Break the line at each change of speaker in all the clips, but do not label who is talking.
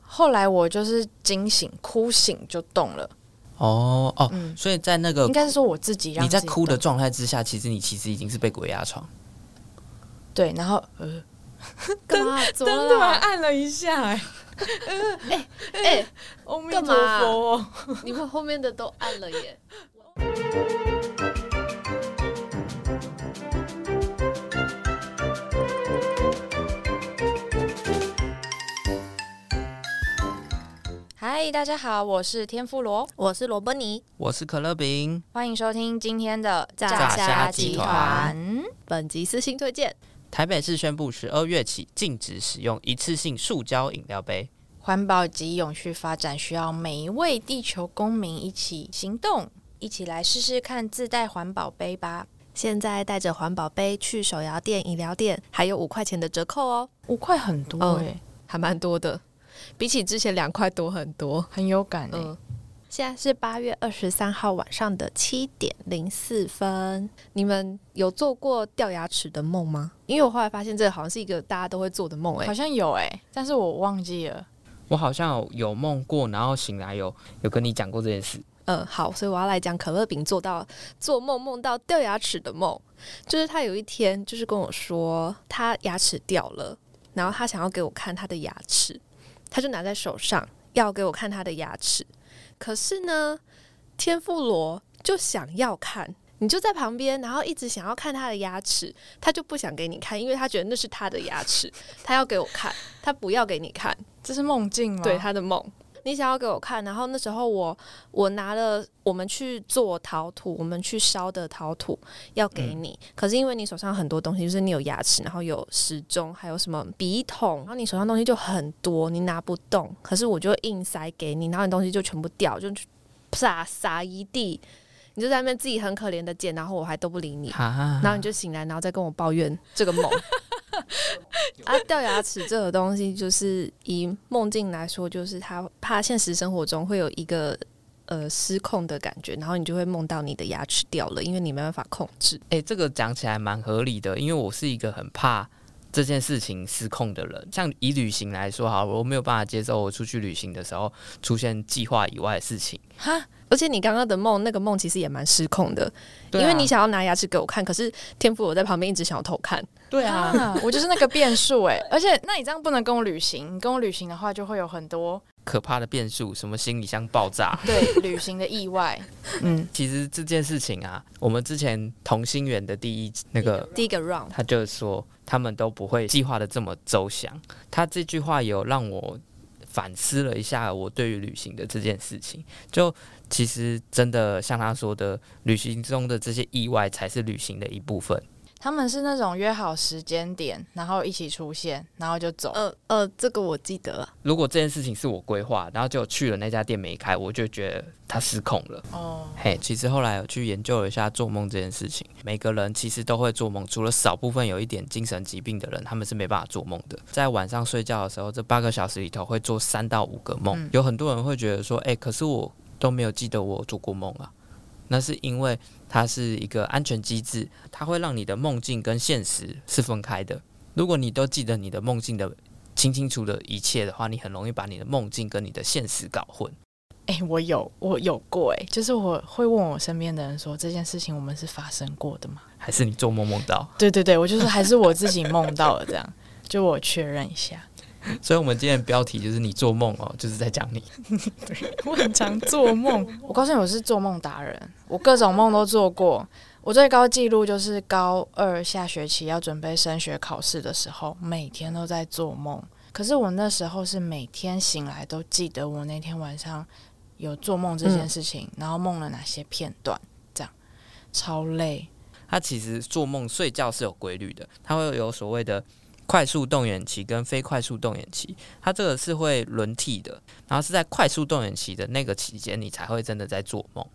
后来我就是惊醒、哭醒就动了，
哦哦，
嗯
所以在那个
应该是说我自己让
你在
自己
哭的
动
状态之下，其实你其实已经是被鬼压床。
对，然后呃，
干嘛？啊怎么
灯
了
突然
啦？
按了一下、哎，
哎、
阿弥
干
陀
嘛
佛、哦，
你们后面的都按了耶。
嗨，大家好，我是天妇罗，
我是罗伯尼。
我是可乐饼，
欢迎收听今天的
炸
虾集团。
本集私信推荐，
台北市宣布十二月起禁止使用一次性塑胶饮料杯。
环保及永续发展需要每一位地球公民一起行动，一起来试试看自带环保杯吧。
现在带着环保杯去手摇店、饮料店，还有五块钱的折扣哦，
五块很多
嗯
哎、
还蛮多的，比起之前两块多很多。
很有感哎、
嗯，
现在是八月二十三号晚上的七点零四分。
你们有做过掉牙齿的梦吗？因为我后来发现，这个好像是一个大家都会做的梦、
好
哎，
像有哎、但是我忘记了。
我好像有有梦过，然后醒来有有跟你讲过这件事。
嗯，好，所以我要来讲可乐饼做到做梦梦到掉牙齿的梦，就是他有一天就是跟我说他牙齿掉了，然后他想要给我看他的牙齿，他就拿在手上要给我看他的牙齿，可是呢，天妇罗就想要看。你就在旁边，然后一直想要看他的牙齿，他就不想给你看，因为他觉得那是他的牙齿，他要给我看，他不要给你看。
这是梦境吗？
对他的梦。你想要给我看，然后那时候我我拿了我们去做陶土，我们去烧的陶土要给你，可是因为你手上很多东西，就是你有牙齿，然后有时钟，还有什么笔筒，然后你手上东西就很多，你拿不动，可是我就硬塞给你，然后你东西就全部掉，就撒撒一地，你就在那边自己很可怜的捡，然后我还都不理你，
哈
然后你就醒来，然后再跟我抱怨这个梦。 啊，掉牙齿这个东西，就是以梦境来说，就是他怕现实生活中会有一个呃失控的感觉，然后你就会梦到你的牙齿掉了，因为你没办法控制。
哎、这个讲起来蛮合理的，因为我是一个很怕这件事情失控的人。像以旅行来说，好了，我没有办法接受我出去旅行的时候出现计划以外的事情。
哈，
而且你刚刚的梦，那个梦其实也蛮失控的，
对
因为
啊
你想要拿牙齿给我看，可是天赋我在旁边一直想要偷看。
对啊，
啊，我就是那个变数哎、而且那你这样不能跟我旅行，你跟我旅行的话就会有很多
可怕的变数，什么行李箱爆炸。
对旅行的意外。嗯，
其实这件事情啊，我们之前同心圆的第一那个
第一个 round，
他就说他们都不会计划的这么周详。他这句话有让我反思了一下我对于旅行的这件事情。就其实真的像他说的，旅行中的这些意外才是旅行的一部分。
他们是那种约好时间点，然后一起出现，然后就走。
呃呃，这个我记得了。
如果这件事情是我规划，然后就去了那家店没开，我就觉得他失控了。
哦，
嘿，其实后来有去研究了一下做梦这件事情，每个人其实都会做梦，除了少部分有一点精神疾病的人，他们是没办法做梦的。在晚上睡觉的时候，这八个小时里头会做三到五个梦。
嗯
有很多人会觉得说，哎、可是我都没有记得我有做过梦啊。那是因为它是一个安全机制，它会让你的梦境跟现实是分开的。如果你都记得你的梦境的清清楚的一切的话，你很容易把你的梦境跟你的现实搞混。
哎、我有，我有过哎、就是我会问我身边的人说这件事情我们是发生过的吗？
还是你做梦梦到？
对对对，我就是还是我自己梦到了这样，就我确认一下。
所以，我们今天的标题就是“你做梦哦”，就是在讲你。
我很常做梦，我告诉你，我是做梦达人，我各种梦都做过。我最高纪录就是高二下学期要准备升学考试的时候，每天都在做梦。可是我那时候是每天醒来都记得我那天晚上有做梦这件事情，然后梦了哪些片段，这样超累。
他其实做梦睡觉是有规律的，它会有所谓的快速动眼期跟非快速动眼期，它这个是会轮替的，然后是在快速动眼期的那个期间，你才会真的在做梦。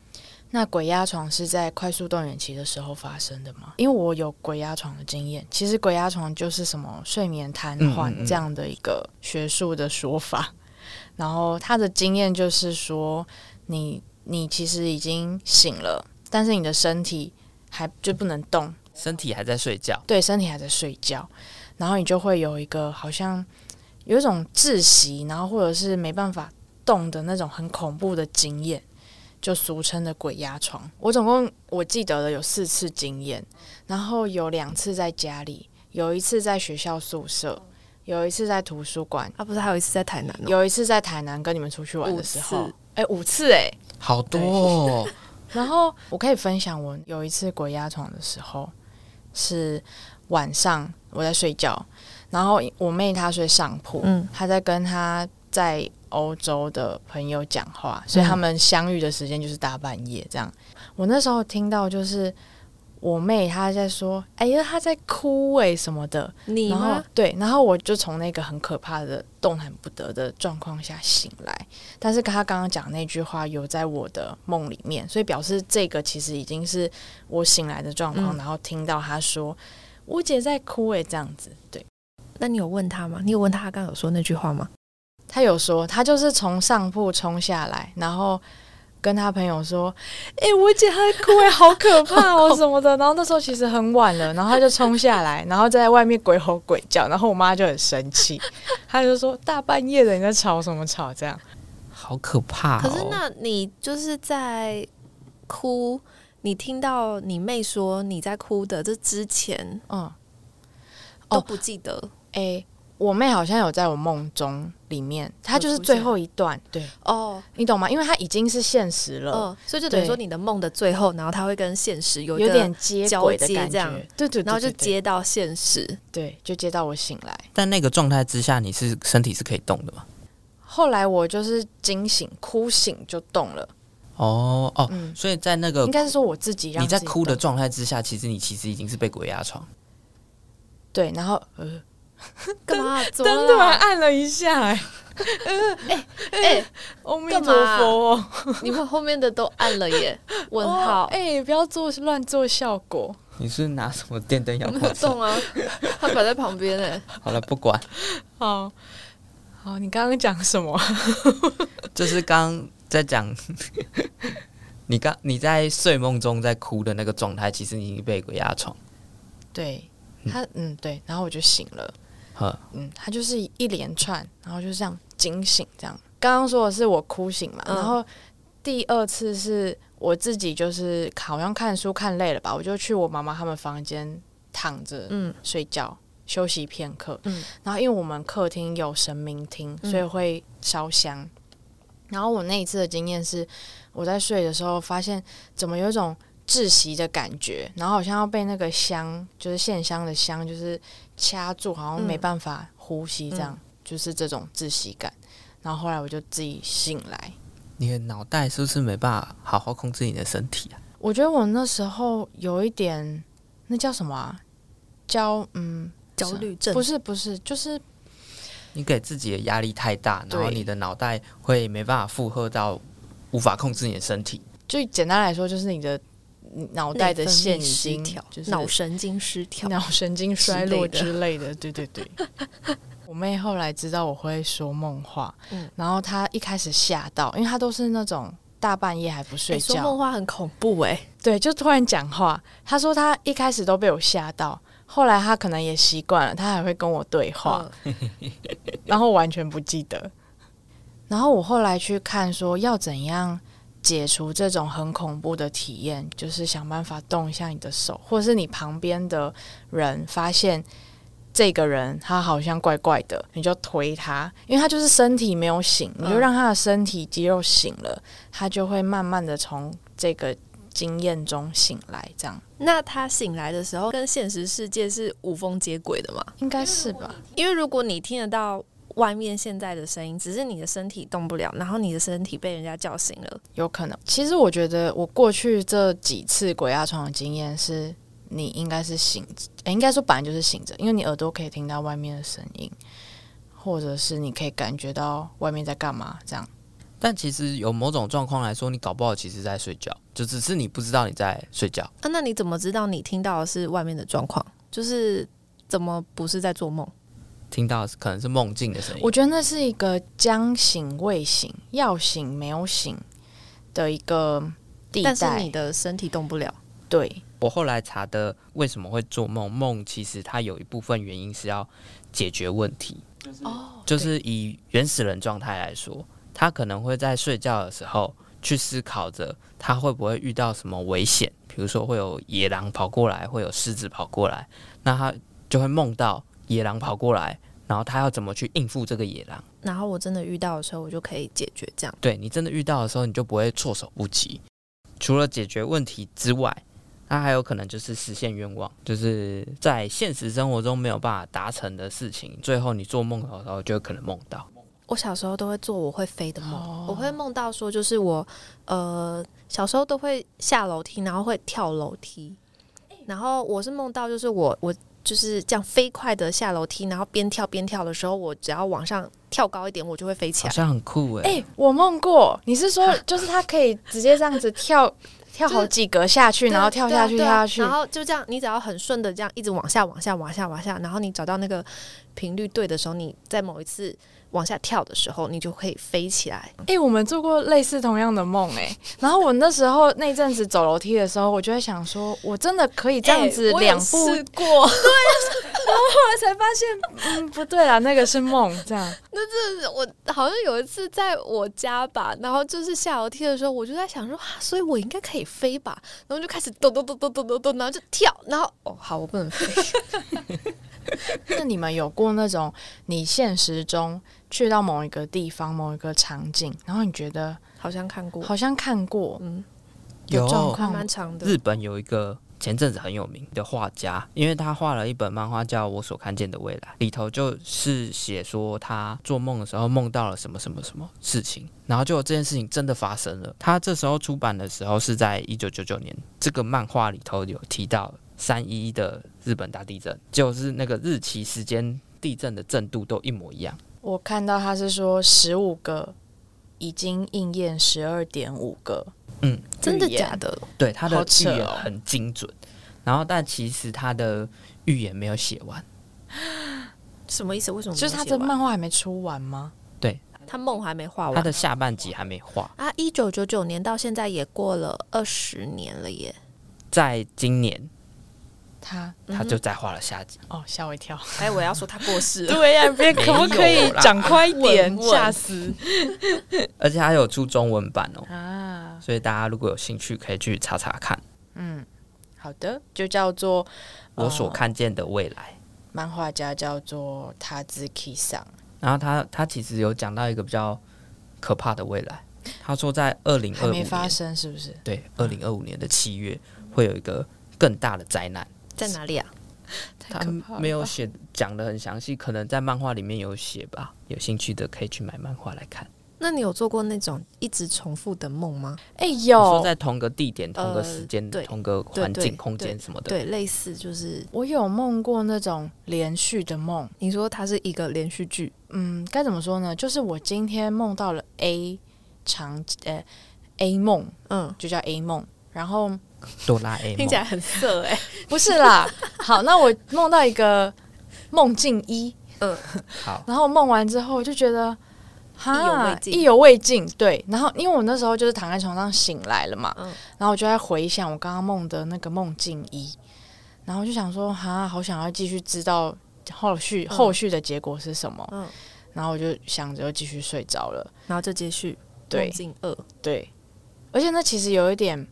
那鬼压床是在快速动眼期的时候发生的吗？因为我有鬼压床的经验。其实鬼压床就是什么睡眠瘫
嗯嗯
痪
嗯
这样的一个学术的说法。然后他的经验就是说，你你其实已经醒了，但是你的身体还就不能动，
身体还在睡觉，
对，身体还在睡觉，然后你就会有一个好像有一种窒息，然后或者是没办法动的那种很恐怖的经验，就俗称的鬼压床。我总共我记得的有四次经验，然后有两次在家里，有一次在学校宿舍，有一次在图书馆，
啊，不是还有一次在台南哦，
有一次在台南跟你们出去玩的时
五
候
次，
哎、五次哎、
好多、哦，
然后我可以分享，我有一次鬼压床的时候是晚上我在睡觉，然后我妹她睡上铺，
嗯
她在跟她在欧洲的朋友讲话，所以他们相遇的时间就是大半夜这样。我那时候听到就是我妹她在说：“哎呀，她在哭哎、什么的。”
你
然后
吗？
对，然后我就从那个很可怕的动弹不得的状况下醒来，但是他刚刚讲那句话有在我的梦里面，所以表示这个其实已经是我醒来的状况，
嗯
然后听到他说吴姐在哭诶、这样子，对
那你有问他吗？你有问他刚刚有说那句话吗？
他有说他就是从上铺冲下来，然后。跟他朋友说：“诶、我姐她在哭诶、好可怕哦、什么的。”然后那时候其实很晚了，然后他就冲下来，然后在外面鬼吼鬼叫，然后我妈就很生 气，她就说：“大半夜的你在吵什么吵？”这样
好可怕、哦。
可是那你就是在哭，你听到你妹说你在哭的这之前
嗯，哦
都不记得，
诶、我妹好像有在我梦中里面，她就是最后一段，对
哦，
你懂吗？因为她已经是现实了，
嗯，所以就等于
对
说你的梦的最后，然后它会跟现实有一
有
个，
点接轨
交
的
接
感
这
觉
样，
对对对
然后就
对对
接到现实，
对，就接到我醒来。
但那个状态之下，你是身体是可以动的吗？
后来我就是惊醒、哭醒就动了，
哦哦，
嗯，
所以在那个
应该是说我自己让
你在
自己
哭的
动
状态之下，其实你其实已经是被鬼压床。
对，然后呃，
干嘛？啊怎么
灯突然
了？
按了一下、哎，
哎，
阿弥
干
陀
嘛
佛哦，
你们后面的都按了 耶？问
哦
号，
哎、不要做乱做效果，
你是拿什么 电灯遥
没有动啊，他摆在旁边哎，
好了，不管，
好好，你刚刚讲什么？
就是刚在讲 你刚你在睡梦中在哭的那个状态，其实你已经被鬼压床。
对他，嗯，对，然后我就醒了。
呵，
嗯，他就是一连串，然后就这样惊醒，这样。刚刚说的是我哭醒嘛，
嗯
然后第二次是我自己就是好像看书看累了吧，我就去我妈妈他们房间躺着
嗯
睡觉。休息片刻，
嗯
然后因为我们客厅有神明厅，所以会烧香。然后我那一次的经验是，我在睡的时候发现怎么有一种窒息的感觉，然后好像要被那个香，就是线香的香，就是掐住，好像没办法呼吸，这样、就是这种窒息感。然后后来我就自己醒来，
你的脑袋是不是没办法好好控制你的身体啊？
我觉得我那时候有一点，那叫什么啊？焦，嗯，
焦虑症
不是不是，就是
你给自己的压力太大，然后
对
你的脑袋会没办法负荷到无法控制你的身体。
就简单来说，就是你的脑袋的
内分泌
线已
失
经
调
就，是
脑神经失调，
脑神经衰
之类
弱
的
之类的，对对 对。我妹后来知道我会说梦话，
嗯
然后她一开始吓到，因为她都是那种大半夜还不睡
哎说
觉，
梦话很恐怖哎，
对，就突然讲话。她说她一开始都被我吓到，后来她可能也习惯了，她还会跟我对
嗯
话，然后完全不记得。然后我后来去看说要怎样解除这种很恐怖的体验，就是想办法动一下你的手，或者是你旁边的人发现这个人他好像怪怪的，你就推他，因为他就是身体没有醒，你就让他的身体肌肉醒了，他就会慢慢的从这个经验中醒来，这样
那他醒来的时候跟现实世界是无缝接轨的吗？
应该是吧？
因为如果你听得到外面现在的声音，只是你的身体动不了，然后你的身体被人家叫醒了，
有可能。其实我觉得我过去这几次鬼压床的经验是，你应该是醒着，诶应该说本来就是醒着，因为你耳朵可以听到外面的声音，或者是你可以感觉到外面在干嘛这样。
但其实有某种状况来说，你搞不好其实在睡觉，就只是你不知道你在睡觉。
啊，那你怎么知道你听到的是外面的状况？就是怎么不是在做梦？
听到可能是梦境的声音
我。觉得那是一个将醒未醒、要醒没有醒的一个地
但是
带。
你的身体动不了，
对，
我后来查的为什么会做梦，梦其实它有一部分原因是要解决问题。
哦，
就是以原始人状态来说，他可能会在睡觉的时候去思考着他会不会遇到什么危险，比如说会有野狼跑过来，会有狮子跑过来，那他就会梦到野狼跑过来，然后他要怎么去应付这个野狼。
然后我真的遇到的时候，我就可以解决这样。
对你真的遇到的时候，你就不会措手不及。除了解决问题之外，那还有可能就是实现愿望，就是在现实生活中没有办法达成的事情，最后你做梦的时候就可能梦到。
我小时候都会做我会飞的梦，我
哦
会梦到说，就是我呃小时候都会下楼梯，然后会跳楼梯，然后我是梦到就是我我就是这样飞快的下楼梯，然后边跳边跳的时候，我只要往上跳高一点，我就会飞起
好
来。
像很酷哎、
哎、我梦过，你是 说就是他可以直接这样子跳跳好几格下去，
对
然后跳下去，
对
跳下
啊对
去
啊然，后就这样，你只要很顺的这样一直往下、往下、往下、往下，然后你找到那个频率对的时候，你在某一次往下跳的时候，你就可以飞起来。
哎、我们做过类似同样的梦哎、然后我那时候那一阵子走楼梯的时候，我就会想说，我真的可以这样子两步，
试过，
后来才发现，嗯， 不对啦，那个是梦，这样
我好像有一次在我家吧，然后就是下楼梯的时候，我就在想说，啊、所以我应该可以飞吧，然后就开始咚咚咚咚咚咚咚，然后就跳，然后哦，好，我不能飞，
那你们有过那种你现实中去到某一个地方、某一个场景，然后你觉得
好像看过，
好像看过
嗯，
有状
还
况吗
蛮？长的，
日本有一个前阵子很有名的画家，因为他画了一本漫画叫《我所看见的未来》，里头就是写说他做梦的时候梦到了什么什么什么事情，然后就有这件事情真的发生了。他这时候出版的时候是在一九九九年，这个漫画里头有提到三一一的日本大地震，就是那个日期、时间、地震的震度都一模一样。
我看到他是说十五个已经应验十二点五个，
嗯，
真的
预言
假的？
对，他的
好
预
扯
言
哦
很精准，然后但其实他的预言没有写完。
什么意思？为什么没有
就是他
写
这
完
漫画还没出完吗？
他梦还没画
他
完
的下半集还没画，
啊！一九九九年到现在也过了二十年了耶，
在今年
他
他就再画了下集。
哦，吓我一跳！
哎，我要说他过世 了。
对呀、你别可不可
没
以
有啦
讲快一点，
稳稳
吓死
而且他有出中文版哦，
啊！
所以大家如果有兴趣可以去查查看。
嗯，好的，就叫做
我所看见的未来，
漫画家叫做他自 k 上，
然后他他其实有讲到一个比较可怕的未来，他说在二零
还
二五
没
年，
发生是不是？
对，二零二五年的七月会有一个更大的灾难。
在哪里啊？
太
他没有写讲的很详细，可能在漫画里面有写吧。有兴趣的可以去买漫画来看。
那你有做过那种一直重复的梦吗？
哎、
你说
有
在同个地点、同个时间、
对
同个环
对对
境、空间什么的。
对，类似就是
我有梦过那种连续的梦，
你说它是一个连续剧，
嗯，该怎么说呢？就是我今天梦到了 A 场，呃，A 梦
嗯，
就叫 A 梦，然后
哆啦 A 梦
听起来很色哎、
不是啦， 好，那我梦到一个梦境一，
嗯
好，
然后梦完之后我就觉得。哈，
意犹未尽
意犹未尽，对。然后，因为我那时候就是躺在床上醒来了嘛，
嗯
然后我就在回想我刚刚梦的那个梦境一，然后我就想说，哈，好想要继续知道后续、
嗯
后续的结果是什么，
嗯
然后我就想着又继续睡着了。
然后就接续
对
梦境二，
对，而且那其实有一点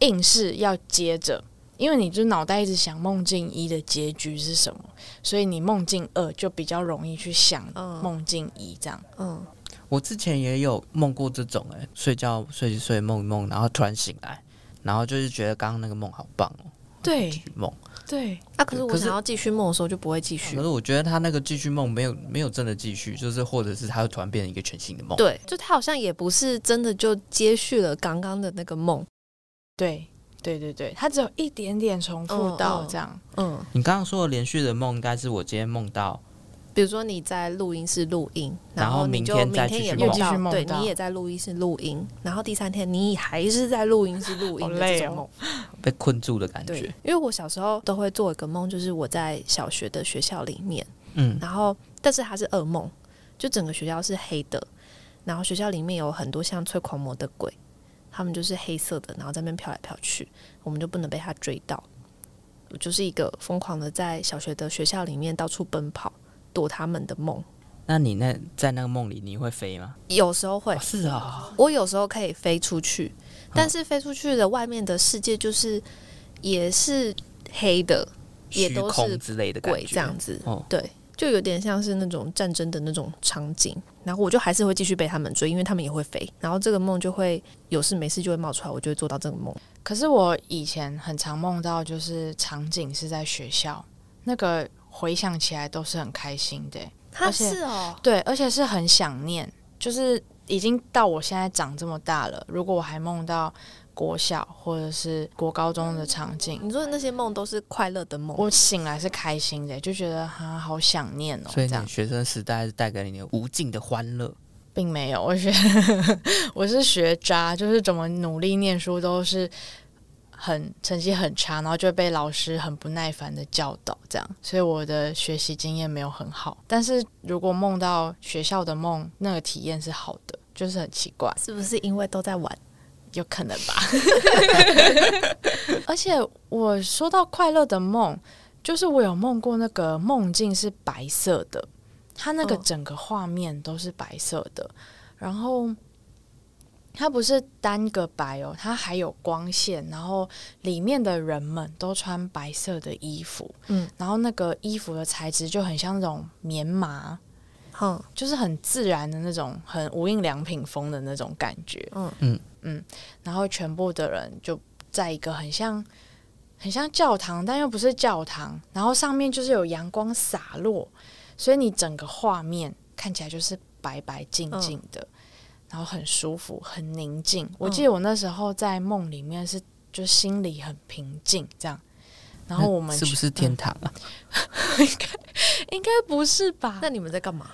硬是要接着，因为你就脑袋一直想梦境一的结局是什么，所以你梦境二就比较容易去想
嗯
梦境一这样。
嗯，
我之前也有梦过这种、欸，睡觉睡一睡梦一梦，然后突然醒来，然后就是觉得刚刚那个梦好棒哦、
对
梦。
对，
啊，可是我
可是
想要继续梦的时候就不会继续
可是，我觉得他那个继续梦没有没有真的继续，就是或者是他又突然变成一个全新的梦。
对，就它好像也不是真的就接续了刚刚的那个梦，
对对对对，它只有一点点重复
嗯
到
嗯
这样。
嗯，
你刚刚说的连续的梦，应该是我今天梦到
比如说你在录音室录音，
然后
后你
明
就
天再
明
继续
天也
梦
到，
又继续梦
对
到
你也在录音室录音，然后第三天你还是在录音室录音的
好累
这种
哦
梦，
被困住的感
对
觉。，
因为我小时候都会做一个梦，就是我在小学的学校里面。
嗯，
然后但是它是噩梦，就整个学校是黑的，然后学校里面有很多像催狂魔的鬼，他们就是黑色的，然后在那边飘来飘去，我们就不能被他追到。我就是一个疯狂的在小学的学校里面到处奔跑，躲他们的梦。
那你那在那个梦里你会飞吗？
有时候会
哦，是啊、
我有时候可以飞出去，但是飞出去的外面的世界就是也是黑的，也
虚
都是
空之类的感
鬼
觉，
这样子，
哦
对，就有点像是那种战争的那种场景。然后我就还是会继续被他们追，因为他们也会飞。然后这个梦就会有事没事就会冒出来，我就会做到这个梦。
可是我以前很常梦到，就是场景是在学校，那个回想起来都是很开心的欸、
他
而且
哦，
对，而且是很想念，就是已经到我现在长这么大了，如果我还梦到国小或者是国高中的场景，
你说的那些梦都是快乐的梦，
我醒来是开心的，就觉得哈、好想念哦、
所以
这样
你学生时代是带给你无尽的欢乐，
并没有，我学 我是学渣，就是怎么努力念书都是很成绩很差，然后就被老师很不耐烦的教导这样，所以我的学习经验没有很好。但是如果梦到学校的梦，那个体验是好的，就是很奇怪。
是不是因为都在玩？
有可能吧。 而且我说到快乐的梦，就是我有梦过那个梦境是白色的，它那个
嗯
整个画面都是白色的，然后。它不是单个白哦，它还有光线，然后里面的人们都穿白色的衣服，
嗯，
然后那个衣服的材质就很像那种棉麻，
哼，
就是很自然的那种，很无印良品风的那种感觉。
嗯
嗯
嗯然后全部的人就在一个很像很像教堂，但又不是教堂，然后上面就是有阳光洒落，所以你整个画面看起来就是白白净净的，然后很舒服，很宁静。我记得我那时候在梦里面是就心里很平静这样。然后我们
是不
去
是天堂啊？
应该不是吧？
那你们在干嘛？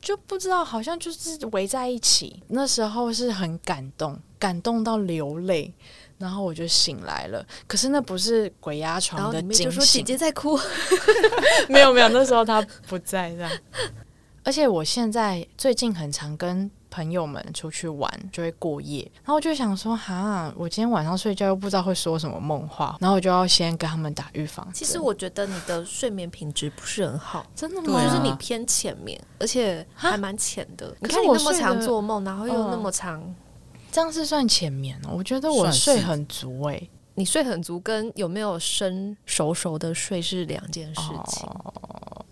就不知道，好像就是围在一起。那时候是很感动，感动到流泪，然后我就醒来了。可是那不是鬼压
然
床
后
的
你们就
惊
说姐
醒，
姐在哭，
没有没有，那时候他不在这样。而且我现在最近很常跟朋友们出去玩，就会过夜，然后我就想说，哈，我今天晚上睡觉又不知道会说什么梦话，然后我就要先跟他们打预防针。
其实我觉得你的睡眠品质不是很好，
真的
对
吗？
啊
就是你偏浅眠，而且还蛮浅的。你
可是
看你
我
那么
睡
常
得
做梦，然后又
嗯
那么长，
这样是算浅眠哦，我觉得我
算是
睡很足欸诶、
你睡很足跟有没有深熟熟的睡是两件事情。
哦，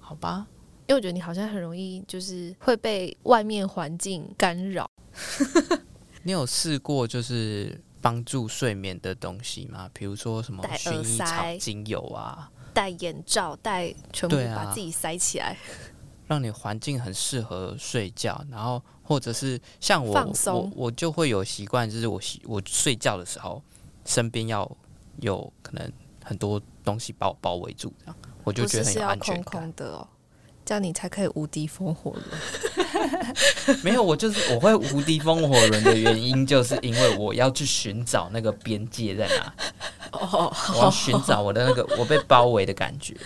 好吧，
因为我觉得你好像很容易就是会被外面环境干扰。
你有试过就是帮助睡眠的东西吗？比如说什么
戴
薰
耳
衣草
塞
精油啊，
戴眼罩，戴全部
对啊
把自己塞起来，
让你环境很适合睡觉，然后或者是像我
放松
我我就会有习惯，就是我习我睡觉的时候身边要有可能很多东西把我包围住，这样我就
不
觉
是
得很
是
有
要
安
空
全感。
空的哦，这样你才可以无敌风火 轮。
没有，我就是我会无敌风火轮的原因，就是因为我要去寻找那个边界在哪，
哦，
我要寻找我的那个我被包围的感觉。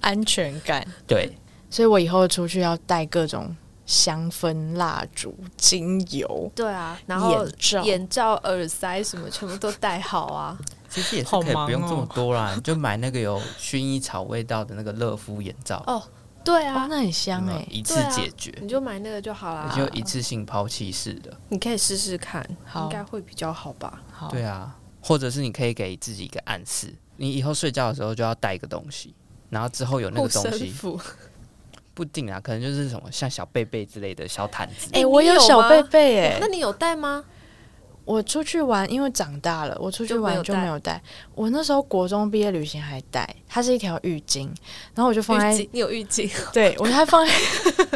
安全感。
对，
所以我以后出去要带各种香氛、蜡烛、精油、
对啊，然后
眼罩。
眼罩、耳塞什么全部都戴好啊。
其实也是
好
可以
忙
不用这么
哦
多啦，你 就买那个有薰衣草味道的那个乐肤眼罩，
哦对
哦
啊，，
那很香
有没有
哎、
一次
对啊啊
解决，
你就买那个就好啦。
就一次性抛弃式的，
你可以试试看，
好
应该会比较好吧。
好，
对啊，或者是你可以给自己一个暗示，你以后睡觉的时候就要带一个东西，然后之后有那个东西，
符，
不一定啊，可能就是什么像小被被之类的小毯子，
哎、
哎
我
你有
小
吗
贝贝哎、
那你有戴吗？
我出去玩，因为长大了，我出去玩就
就没有带
没有带。我那时候国中毕业旅行还带，它是一条浴巾，然后我就放在，
你有浴巾？
对我还放在，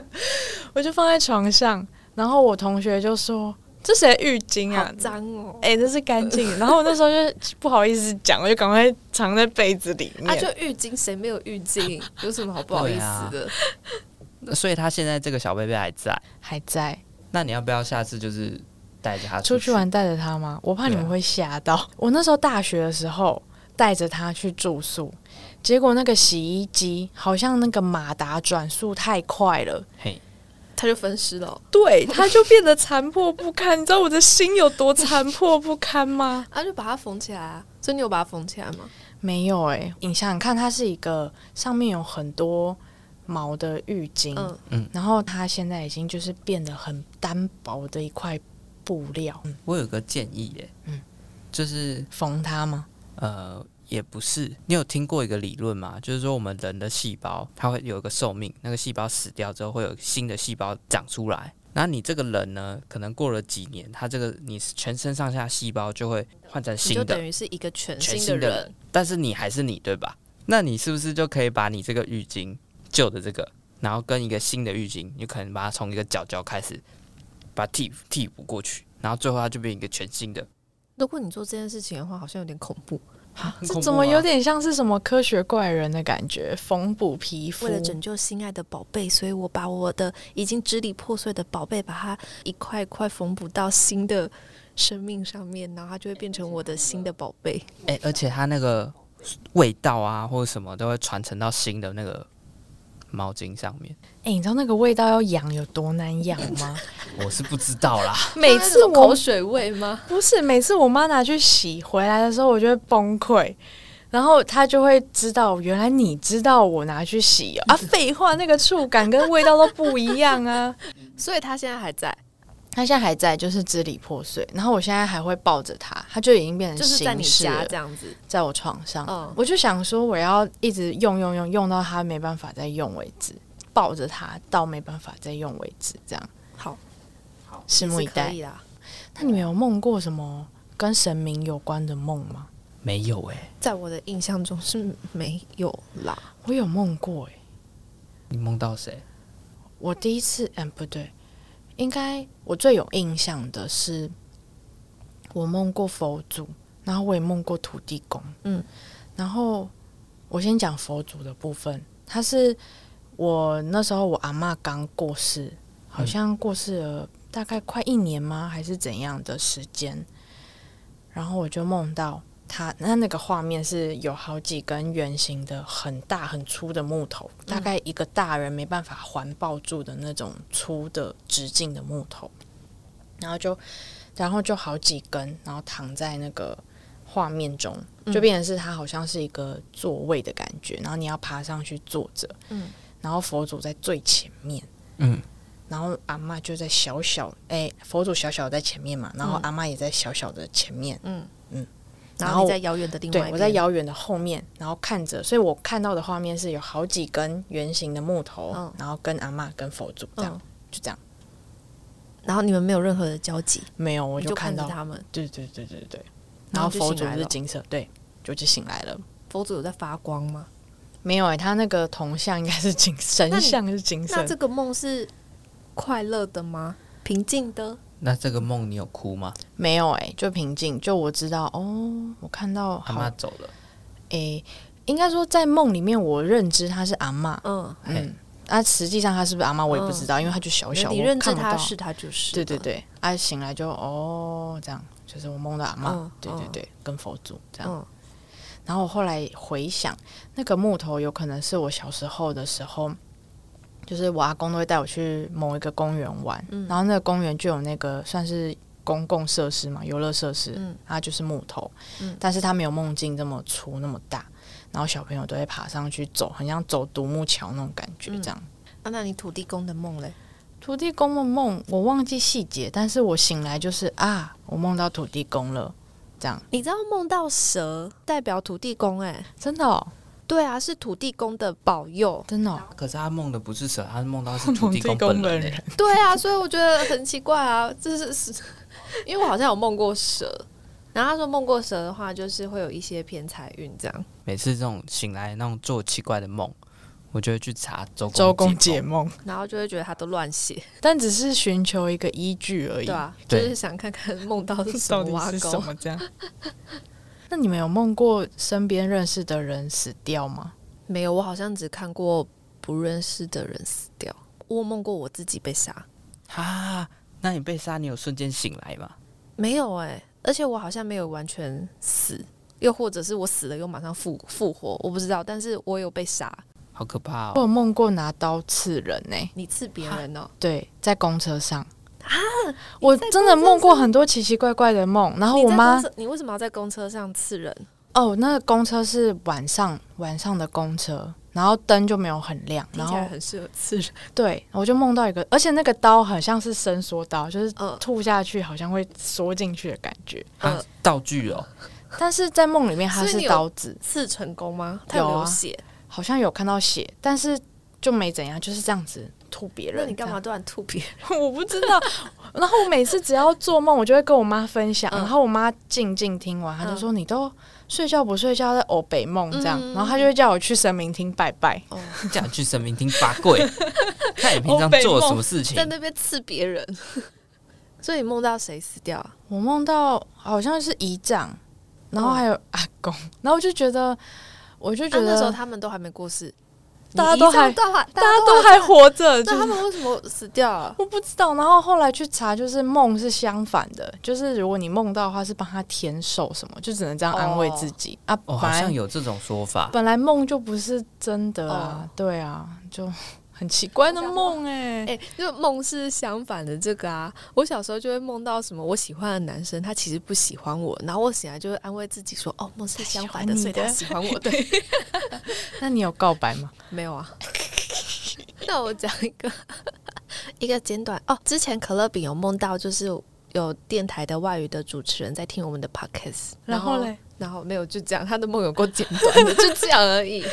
我就放在床上。然后我同学就说：“这谁的浴巾啊
好？脏哦！
哎、这是干净。然后我那时候就不好意思讲，我就赶快藏在被子里面。
啊，就浴巾，谁没有浴 巾？有什么好不好意思的？
那所以他现在这个小被被还在，
还在
那你要不要下次就是带着他
出
啊去
去玩？带着它吗？我怕你们
对啊
会吓到。我那时候大学的时候带着它去住宿，结果那个洗衣机好像那个马达转速太快了，
嘿，
他就分尸了哦
对，它就变得残破不堪。你知道我的心有多残破不堪吗？
啊，就把它缝起来啊。所以你有把它缝起来吗？
欸没有哎、你想想看，它是一个上面有很多毛的浴巾，
嗯
嗯
然后它现在已经就是变得很单薄的一块布料，
我有个建议耶，
嗯
就是
缝它吗？
呃，也不是。你有听过一个理论吗？就是说我们人的细胞它会有一个寿命，那个细胞死掉之后会有新的细胞长出来。那你这个人呢，可能过了几年，它这个你全身上下细胞就会换成
你就
新
等
的，
于是一个全
全
的
新的
人
人，，但是你还是你，对吧？那你是不是就可以把你这个浴巾旧的这个，然后跟一个新的浴巾，你可能把它从一个角角开始，把它替替补过去，然后最后它就变一个全新的，
如果你做这件事情的话，好像有点恐怖。
很
这
恐
怎
怖
么
啊
有点像是什么科学怪人的感觉？缝补皮肤，
为了拯救心爱的宝贝，所以我把我的已经支离破碎的宝贝，把它一块一块缝补到新的生命上面，然后它就会变成我的新的宝贝。
哎、而且它那个味道啊，或者什么都会传承到新的那个毛巾上面。
哎、你知道那个味道要养有多难养 吗？
我是不知道啦，
每次
那种啊口
我
水味吗？
不是每次我妈拿去洗回来的时候，我就会崩溃。然后她就会知道，原来你知道我拿去洗哦、 啊！废话，那个触感跟味道都不一样啊！
所以它现在还在，
它现在还在，就是支离破碎。然后我现在还会抱着它，它就已经变成
就是在
形
你
式
家
了
这样子。
在我床上。
嗯
我就想说，我要一直用用用用到它没办法再用为止，抱着它到没办法再用为止，这样。
好，
拭目
是
以
可
待。
以啦。
那你们有梦过什么跟神明有关的梦吗？
没有哎、
在我的印象中是没有啦。
我有梦过诶、欸
你梦到谁？
我第一次，嗯，不对，应该我最有印象的是，我梦过佛祖，然后我也梦过土地公，
嗯，
然后我先讲佛祖的部分，他是我那时候我阿嬷刚过世，好像过世了大概快一年吗，还是怎样的时间，然后我就梦到。他那那个画面是有好几根圆形的很大很粗的木头，
嗯
大概一个大人没办法环抱住的那种粗的直径的木头，然后就然后就好几根，然后躺在那个画面中，
嗯
就变成是它好像是一个座位的感觉，然后你要爬上去坐着，
嗯，
然后佛祖在最前面，
嗯，
然后阿嬷就在小小哎、佛祖小小在前面嘛，然后阿嬷也在小小的前面，
嗯
嗯，
然
然后
后你在遥远的另外一
对，
边，
我在遥远的后面，然后看着，所以我看到的画面是有好几根圆形的木头，
嗯
然后跟阿嬷跟佛祖这样，
嗯
就这样，
然后你们没有任何的交集，
没有我
你就
看
着
到，
他们，
对对对对对，然
然后
后
就
佛
醒
祖
来
是
了
金色，对，就就醒来了。
佛祖有在发光吗？
没有哎、他那个铜像应该是金，
那
神
你
像是金色
那。这个梦是快乐的吗？平静的？
那这个梦你有哭吗？
没有哎、就平静。就我知道哦，我看到
阿
好
妈
哎、
走了，
应该说在梦里面，我认知他是阿嬷，
嗯，
嘿
嗯，啊，实际上他是不是阿嬷我也不知道，因为他就小小，
你
我
认知
看不
他
到
是，他就是，
对对，对，啊，醒来就哦，这样就是我梦到阿嬷，
嗯
对对
嗯
对，跟佛祖这样。
嗯，
然后我后来回想，那个木头有可能是我小时候的时候，就是我阿公都会带我去某一个公园玩，
嗯
然后那个公园就有那个算是公共设施嘛，游乐设施，
嗯
它就是木头，
嗯
但是它没有梦境这么粗那么大，然后小朋友都会爬上去走，很像走独木桥那种感觉，这样。
啊，那你土地公的梦嘞？
土地公的梦我忘记细节，但是我醒来就是啊，我梦到土地公了，这样
你知道梦到蛇代表土地公、欸？哎，
真的哦，。
对啊，是土地公的保佑
真的、哦，
可是他梦的不是蛇，他梦到是土地公
梦
本
地
人、
人
欸。
对啊，所以我觉得很奇怪啊，这是是，因为我好像有梦过蛇。然后他说梦过蛇的话，就是会有一些偏财运这样。
每次这种醒来那种做奇怪的梦，我就会去查周
周公
公
解
解梦。
梦。
然后就会觉得他都乱写，
但只是寻求一个依据而已。
对啊，就
对
是想看看梦到是什
哎到
么
底
挖
是什
沟。
么这样？ 那你们有梦过身边认识的人死掉吗？
没有，我啊好像只看过不认识的人死掉，我有梦过我自己被杀，
啊，那你被杀，你有瞬间醒来吗？
没有哎、而且我好像没有完全死，又或者是我死了又马上复复活，我不知道，但是我有被杀，
好可怕
我
哦！
有梦过拿刀刺人呢、
你刺别人哦、
对，在公车上
啊
我真的梦过很多奇奇怪怪的梦。然后
你
啊我
在
妈
公车，你为什么要在公车上刺人？
哦，那个公车是晚上晚上的公车，然后灯就没有很亮，然
听起
后
来很适合刺人。
对我就梦到一个，而且那个刀很像是伸缩刀，就是
嗯
吐下去好像会缩进去的感觉，
啊，道具哦，
但是在梦里面它
所以你
是
有
刀子，
刺成功吗？他
有啊
有没有写？
好像有看到血，但是就没怎样，就是这样子吐别人。
那你干嘛突然吐别人？
这样？我不知道。 然后我每次只要做梦，我就会跟我妈分享，
嗯
然后我妈静静听完，她就说：“你都睡觉不睡觉，在偶北梦这样。
嗯
然后她就会叫我去神明厅拜拜。
你讲去神明厅罚 跪，看你平常做了什么事情
在。那边刺别人， 所以你梦到谁死掉啊？
我梦到好像是姨丈，然后还有阿公，然后我就觉得，我就觉
嗯啊、
得、
那时候他们都还没过世，
大家都还
你一照到啊
大
大
家
家
都
都
还活着，就
那
是
他们为什么死掉啊？
我不知道。然后后来去查，就是梦是相反的，就是如果你梦到的话，是帮他添寿什么，就只能这样安慰自己、啊。
哦，
本
好像
来
有这种说法。
本来梦就不是真的啊，对啊，就很奇怪的梦哎、
哎、就梦是相反的这个啊！我小时候就会梦到什么我喜欢的男生，他其实不喜欢我，然后我醒来就会安慰自己说：“哦，梦是相反的，
他喜欢你
所以
的
他喜欢我。”对，
那你有告白吗？
没有 啊。那我讲一个 一个简短哦，之前可乐饼有梦到，就是有电台的外语的主持人在听我们的 podcast，
然后
后
嘞，
然后没有就这样，他的梦有够简短的，就这样而 已。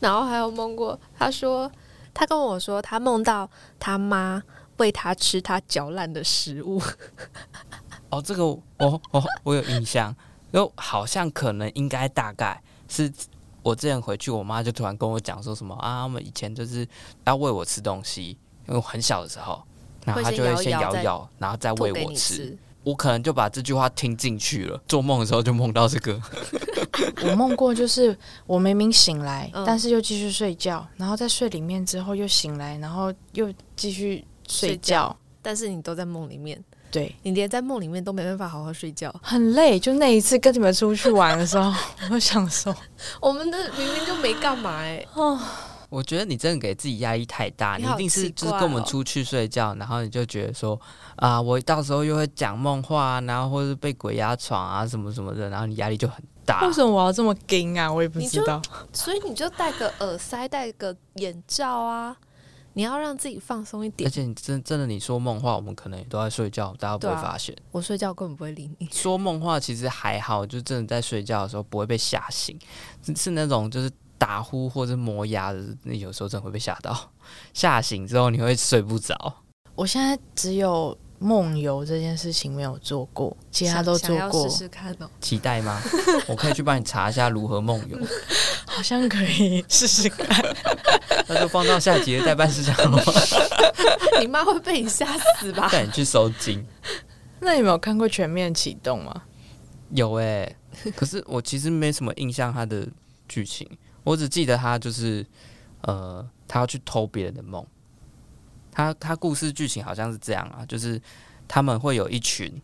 然后还有梦过，他说他跟我说他梦到他妈喂他吃他嚼烂的食物，
哦，这个我我我我有印象，就好像可能应该大概是我之前回去，我妈就突然跟我讲说什么啊，他们以前就是要喂我吃东西，因为我很小的时候，然后她就会
会
先
先摇
摇
摇
一摇，然后再
吐
喂
给
我
你
吃。。我可能就把这句话听进去了，做梦的时候就梦到这个。
我梦过，就是我明明醒来，
嗯
但是又继续睡觉，然后在睡里面之后又醒来，然后又继续睡
睡
觉
觉但是你都在梦里面，
对，
你连在梦里面都没办法好好睡觉。
很累。就那一次跟你们出去玩的时候， 我就想说，
我们的明明就没干嘛哎、
啊
我觉得你真的给自己压力太大，
你
你
好
一定是
奇
就是
怪
跟我们
哦
出去睡觉，然后你就觉得说啊，我到时候又会讲梦话啊，然后或者被鬼压床啊什么什么的，然后你压力就很大。
为什么我要这么硬啊？我也不
你
知
就
道。
所以你就戴个耳塞，戴个眼罩啊，你要让自己放松一
而
点。
且你真真的你说梦话，我们可能也都在睡觉，大家不会
对啊
发现。
我睡觉根本不会理你。
说梦话其实还好，就真的在睡觉的时候不会被吓醒，是是那种就是打呼或者磨牙的，那有时候真的会被吓到， 吓醒之后你会睡不着。
我现在只有梦游这件事情没有做过，其他
想
都
想
做
要
过，
试试看哦。
期待吗？ 我可以去帮你查一下如何梦游，
好像可以试试看。
那就放到下集的代办事项了，
你妈会被你吓死吧？
带你去收金。
那你们有看过《全面启动》啊吗？
有哎、 可是我其实没什么印象它的剧情，我只记得他就是呃，他要去偷别人的梦。他他故事剧情好像是这样啊，就是他们会有一群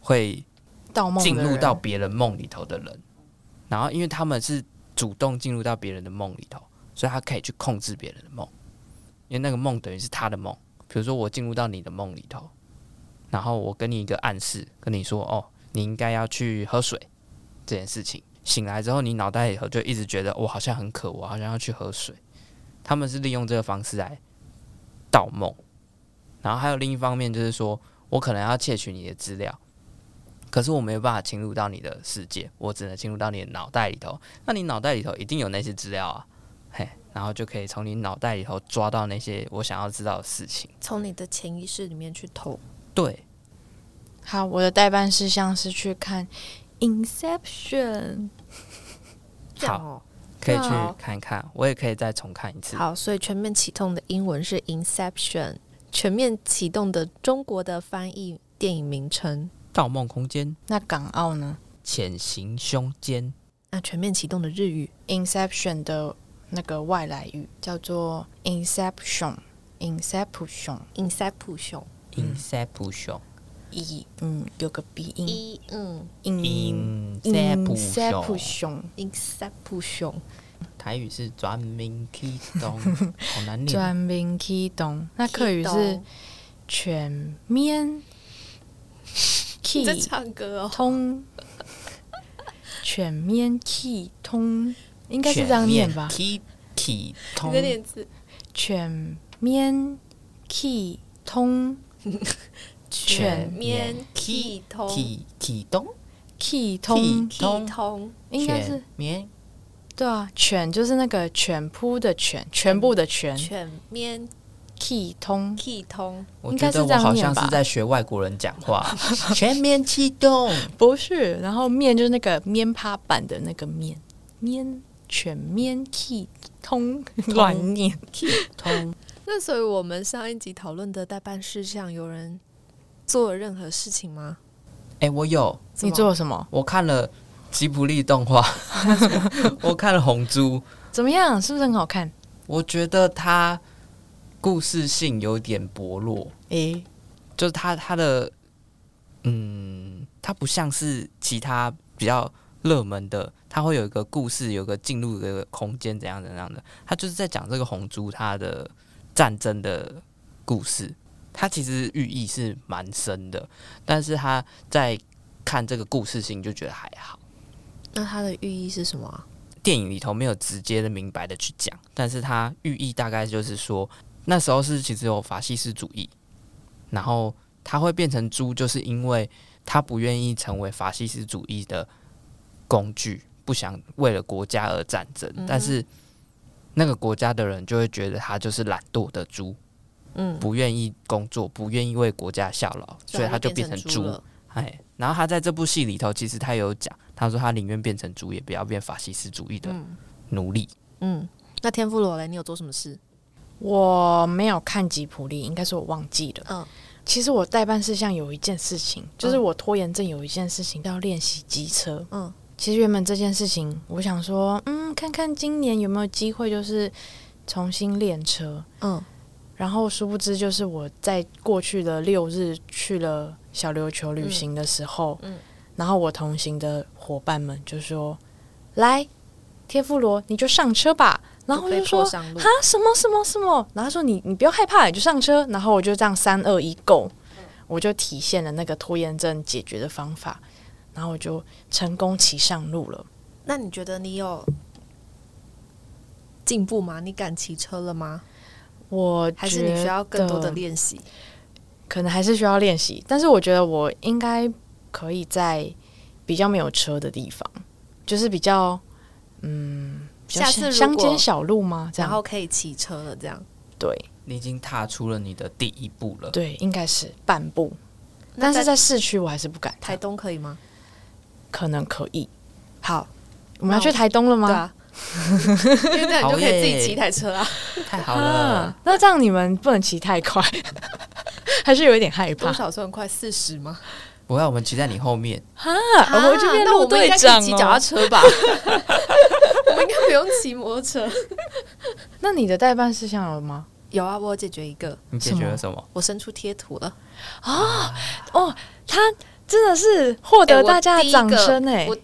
会
盗梦的
进入
人
到别人梦里头的人，然后因为他们是主动进入到别人的梦里头，所以他可以去控制别人的梦，因为那个梦等于是他的梦。比如说我进入到你的梦里头，然后我给你一个暗示，跟你说哦，你应该要去喝水这件事情。醒来之后，你脑袋里头就一直觉得我好像很渴，我好像要去喝水。他们是利用这个方式来盗梦，然后还有另一方面就是说我可能要窃取你的资料。可是我没有办法侵入到你的世界，我只能侵入到你的脑袋里头。那你脑袋里头一定有那些资料啊，嘿，然后就可以从你脑袋里头抓到那些我想要知道的事情。
从你的潜意识里面去偷。
对，
好，我的代办事项是去看《Inception》。
这样哦，
可以
对
去
啊
看看，我也可以再重看一次。
好，所以全面启动的英文是 Inception，全面启动的中国的翻译电影名称。
盗梦空间》
那港澳呢？
《潜行凶间
那全面启动的日语，
《Inception》的那个外来语叫做 Inception。Inception，》
Inception，
（Inception）。
e 嗯有个鼻音
一嗯
音
Inception，
嗯 Inception
Inception，
台语是专门启 动，好难
全
念。
面启动，那客语是全 面
你在
启
唱歌哦。
通，全面启通。应该是这样念吧？
？Kitty
你
通
的脸字
犬面 key 通
全
犬
面
面
体通
T T 东
key 通，
Key
体通
应该是
面
对啊，犬就是那个犬扑的犬，全部的全
全面
key 通。
体通
我
应
觉
该是
得
这
我
样
好
念
像是
吧
在学外国人讲话， 全面启动。
不是，然后面就是那个面趴版的那个面面全面 key 通乱念，
通
那所以我们上一集讨论的代办事项，有人做了任何事情吗？
哎、我有，
你做了什么？
我看了吉卜力动画， 我看了红猪，
怎么样？是不是很好看？
我觉得它故事性有点薄弱，
诶、
就是它它的嗯，它不像是其他比较热门的，它会有一个故事，有一个进入的一个空间怎样怎样的，它就是在讲这个红猪它的战争的故事，它其实寓意是蛮深的，但是它在看这个故事性就觉得还好。
那它的寓意是什么啊、
电影里头没有直接的明白的去讲，但是它寓意大概就是说，那时候是其实有法西斯主义，然后他会变成猪，就是因为他不愿意成为法西斯主义的工具，不想为了国家而战争，但是那个国家的人就会觉得他就是懒惰的猪，
嗯，
不愿意工作，不愿意为国家效劳，所以他就变成猪。
了。
哎，然后他在这部戏里头，其实他有讲，他说他宁愿变成猪，也不要变法西斯主义的奴隶。
嗯，那天妇罗嘞，你有做什么事？
我没有看吉普力，应该是我忘记了。
嗯
其实我代办事项有一件事情，就是我拖延症有一件事情要练习机车。
嗯
嗯，其实原本这件事情，我想说，嗯，看看今年有没有机会，就是重新练车。
嗯
然后殊不知，就是我在过去的六日去了小琉球旅行的时候，
嗯嗯
然后我同行的伙伴们就说：“来，天妇罗，你就上车吧。”然后我就说：“
上路
哈，什么什么什么？然后他说你你不要害怕，你就上车。然后我就这样三二一 go，我
嗯
就体现了那个拖延症解决的方法，然后我就成功骑上路了。
那你觉得你有进步吗？你敢骑车了吗？
我
还是你需要更多的
觉得，
练习？
可能还是需要练习，但是我觉得我应该可以在比较没有车的地方，就是比较嗯，比较
下次如
乡
果
间小路吗？这
然后
样
可以骑车了，这样。
对
你已经踏出了你的第一步了。
对，应该是半步，
那
但是
在
在市区我还是不敢
台
踏，
东可以吗？
可能可以。
好，
我们要去台东了吗？
对啊， 因为这样你就可以自己骑一台车啊。
太好
啊
了，，
那这样你们不能骑太快， 还是有一点害怕
多。少算快四十吗？
不要我们骑在你后面。
啊我就变
那
路
我们
队
应该可
长
以骑脚踏
哦。
车吧？我们应该不用骑摩托车。
那你的代办事项有吗？
有啊，我有解决一个，
你解决了什么？
我伸出贴图了，
他真的是获
哎
得
我
大家
第
的
一
掌
个
声哎、
我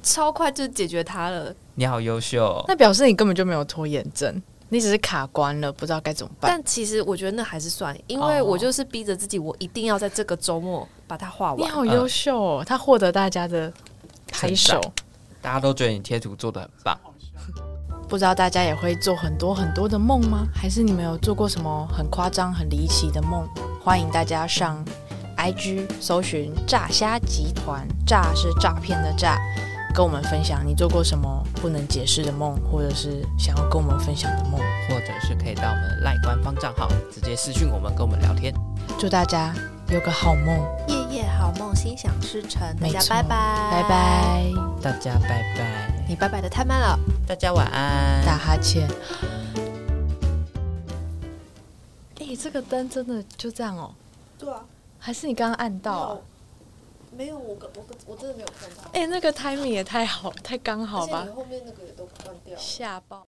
超快就解决它了。
你好优秀哦，
那表示你根本就没有拖延症，你只是卡关了，不知道该怎么办。
但其实我觉得那还是算，因为
哦
我就是逼着自己，我一定要在这个周末把它画
你
完。
好优秀哦，他获得大家的拍手
称。大家都觉得你贴图做的很棒。
不知道大家也会做很多很多的梦吗？还是你们有做过什么很夸张、很离奇的梦？欢迎大家上 IG 搜寻“诈虾集团”，诈是诈骗的诈，跟我们分享你做过什么不能解释的梦，或者是想要跟我们分享的梦。
或者是可以到我们的赖官方账号直接私讯我们，跟我们聊天。
祝大家有个好梦，
夜夜好梦，心想事成。大
没
家
错
拜拜，
拜，拜，
大家拜拜，
你拜拜的太慢了。
大家晚安。
打哈欠。哎、这个灯真的就这样哦？
对啊，
还是你刚刚按到啊？
没有我跟我跟我真的没有看到，
哎、那个 timing 也太好，太刚好吧？
后面那个也都关掉
吓爆！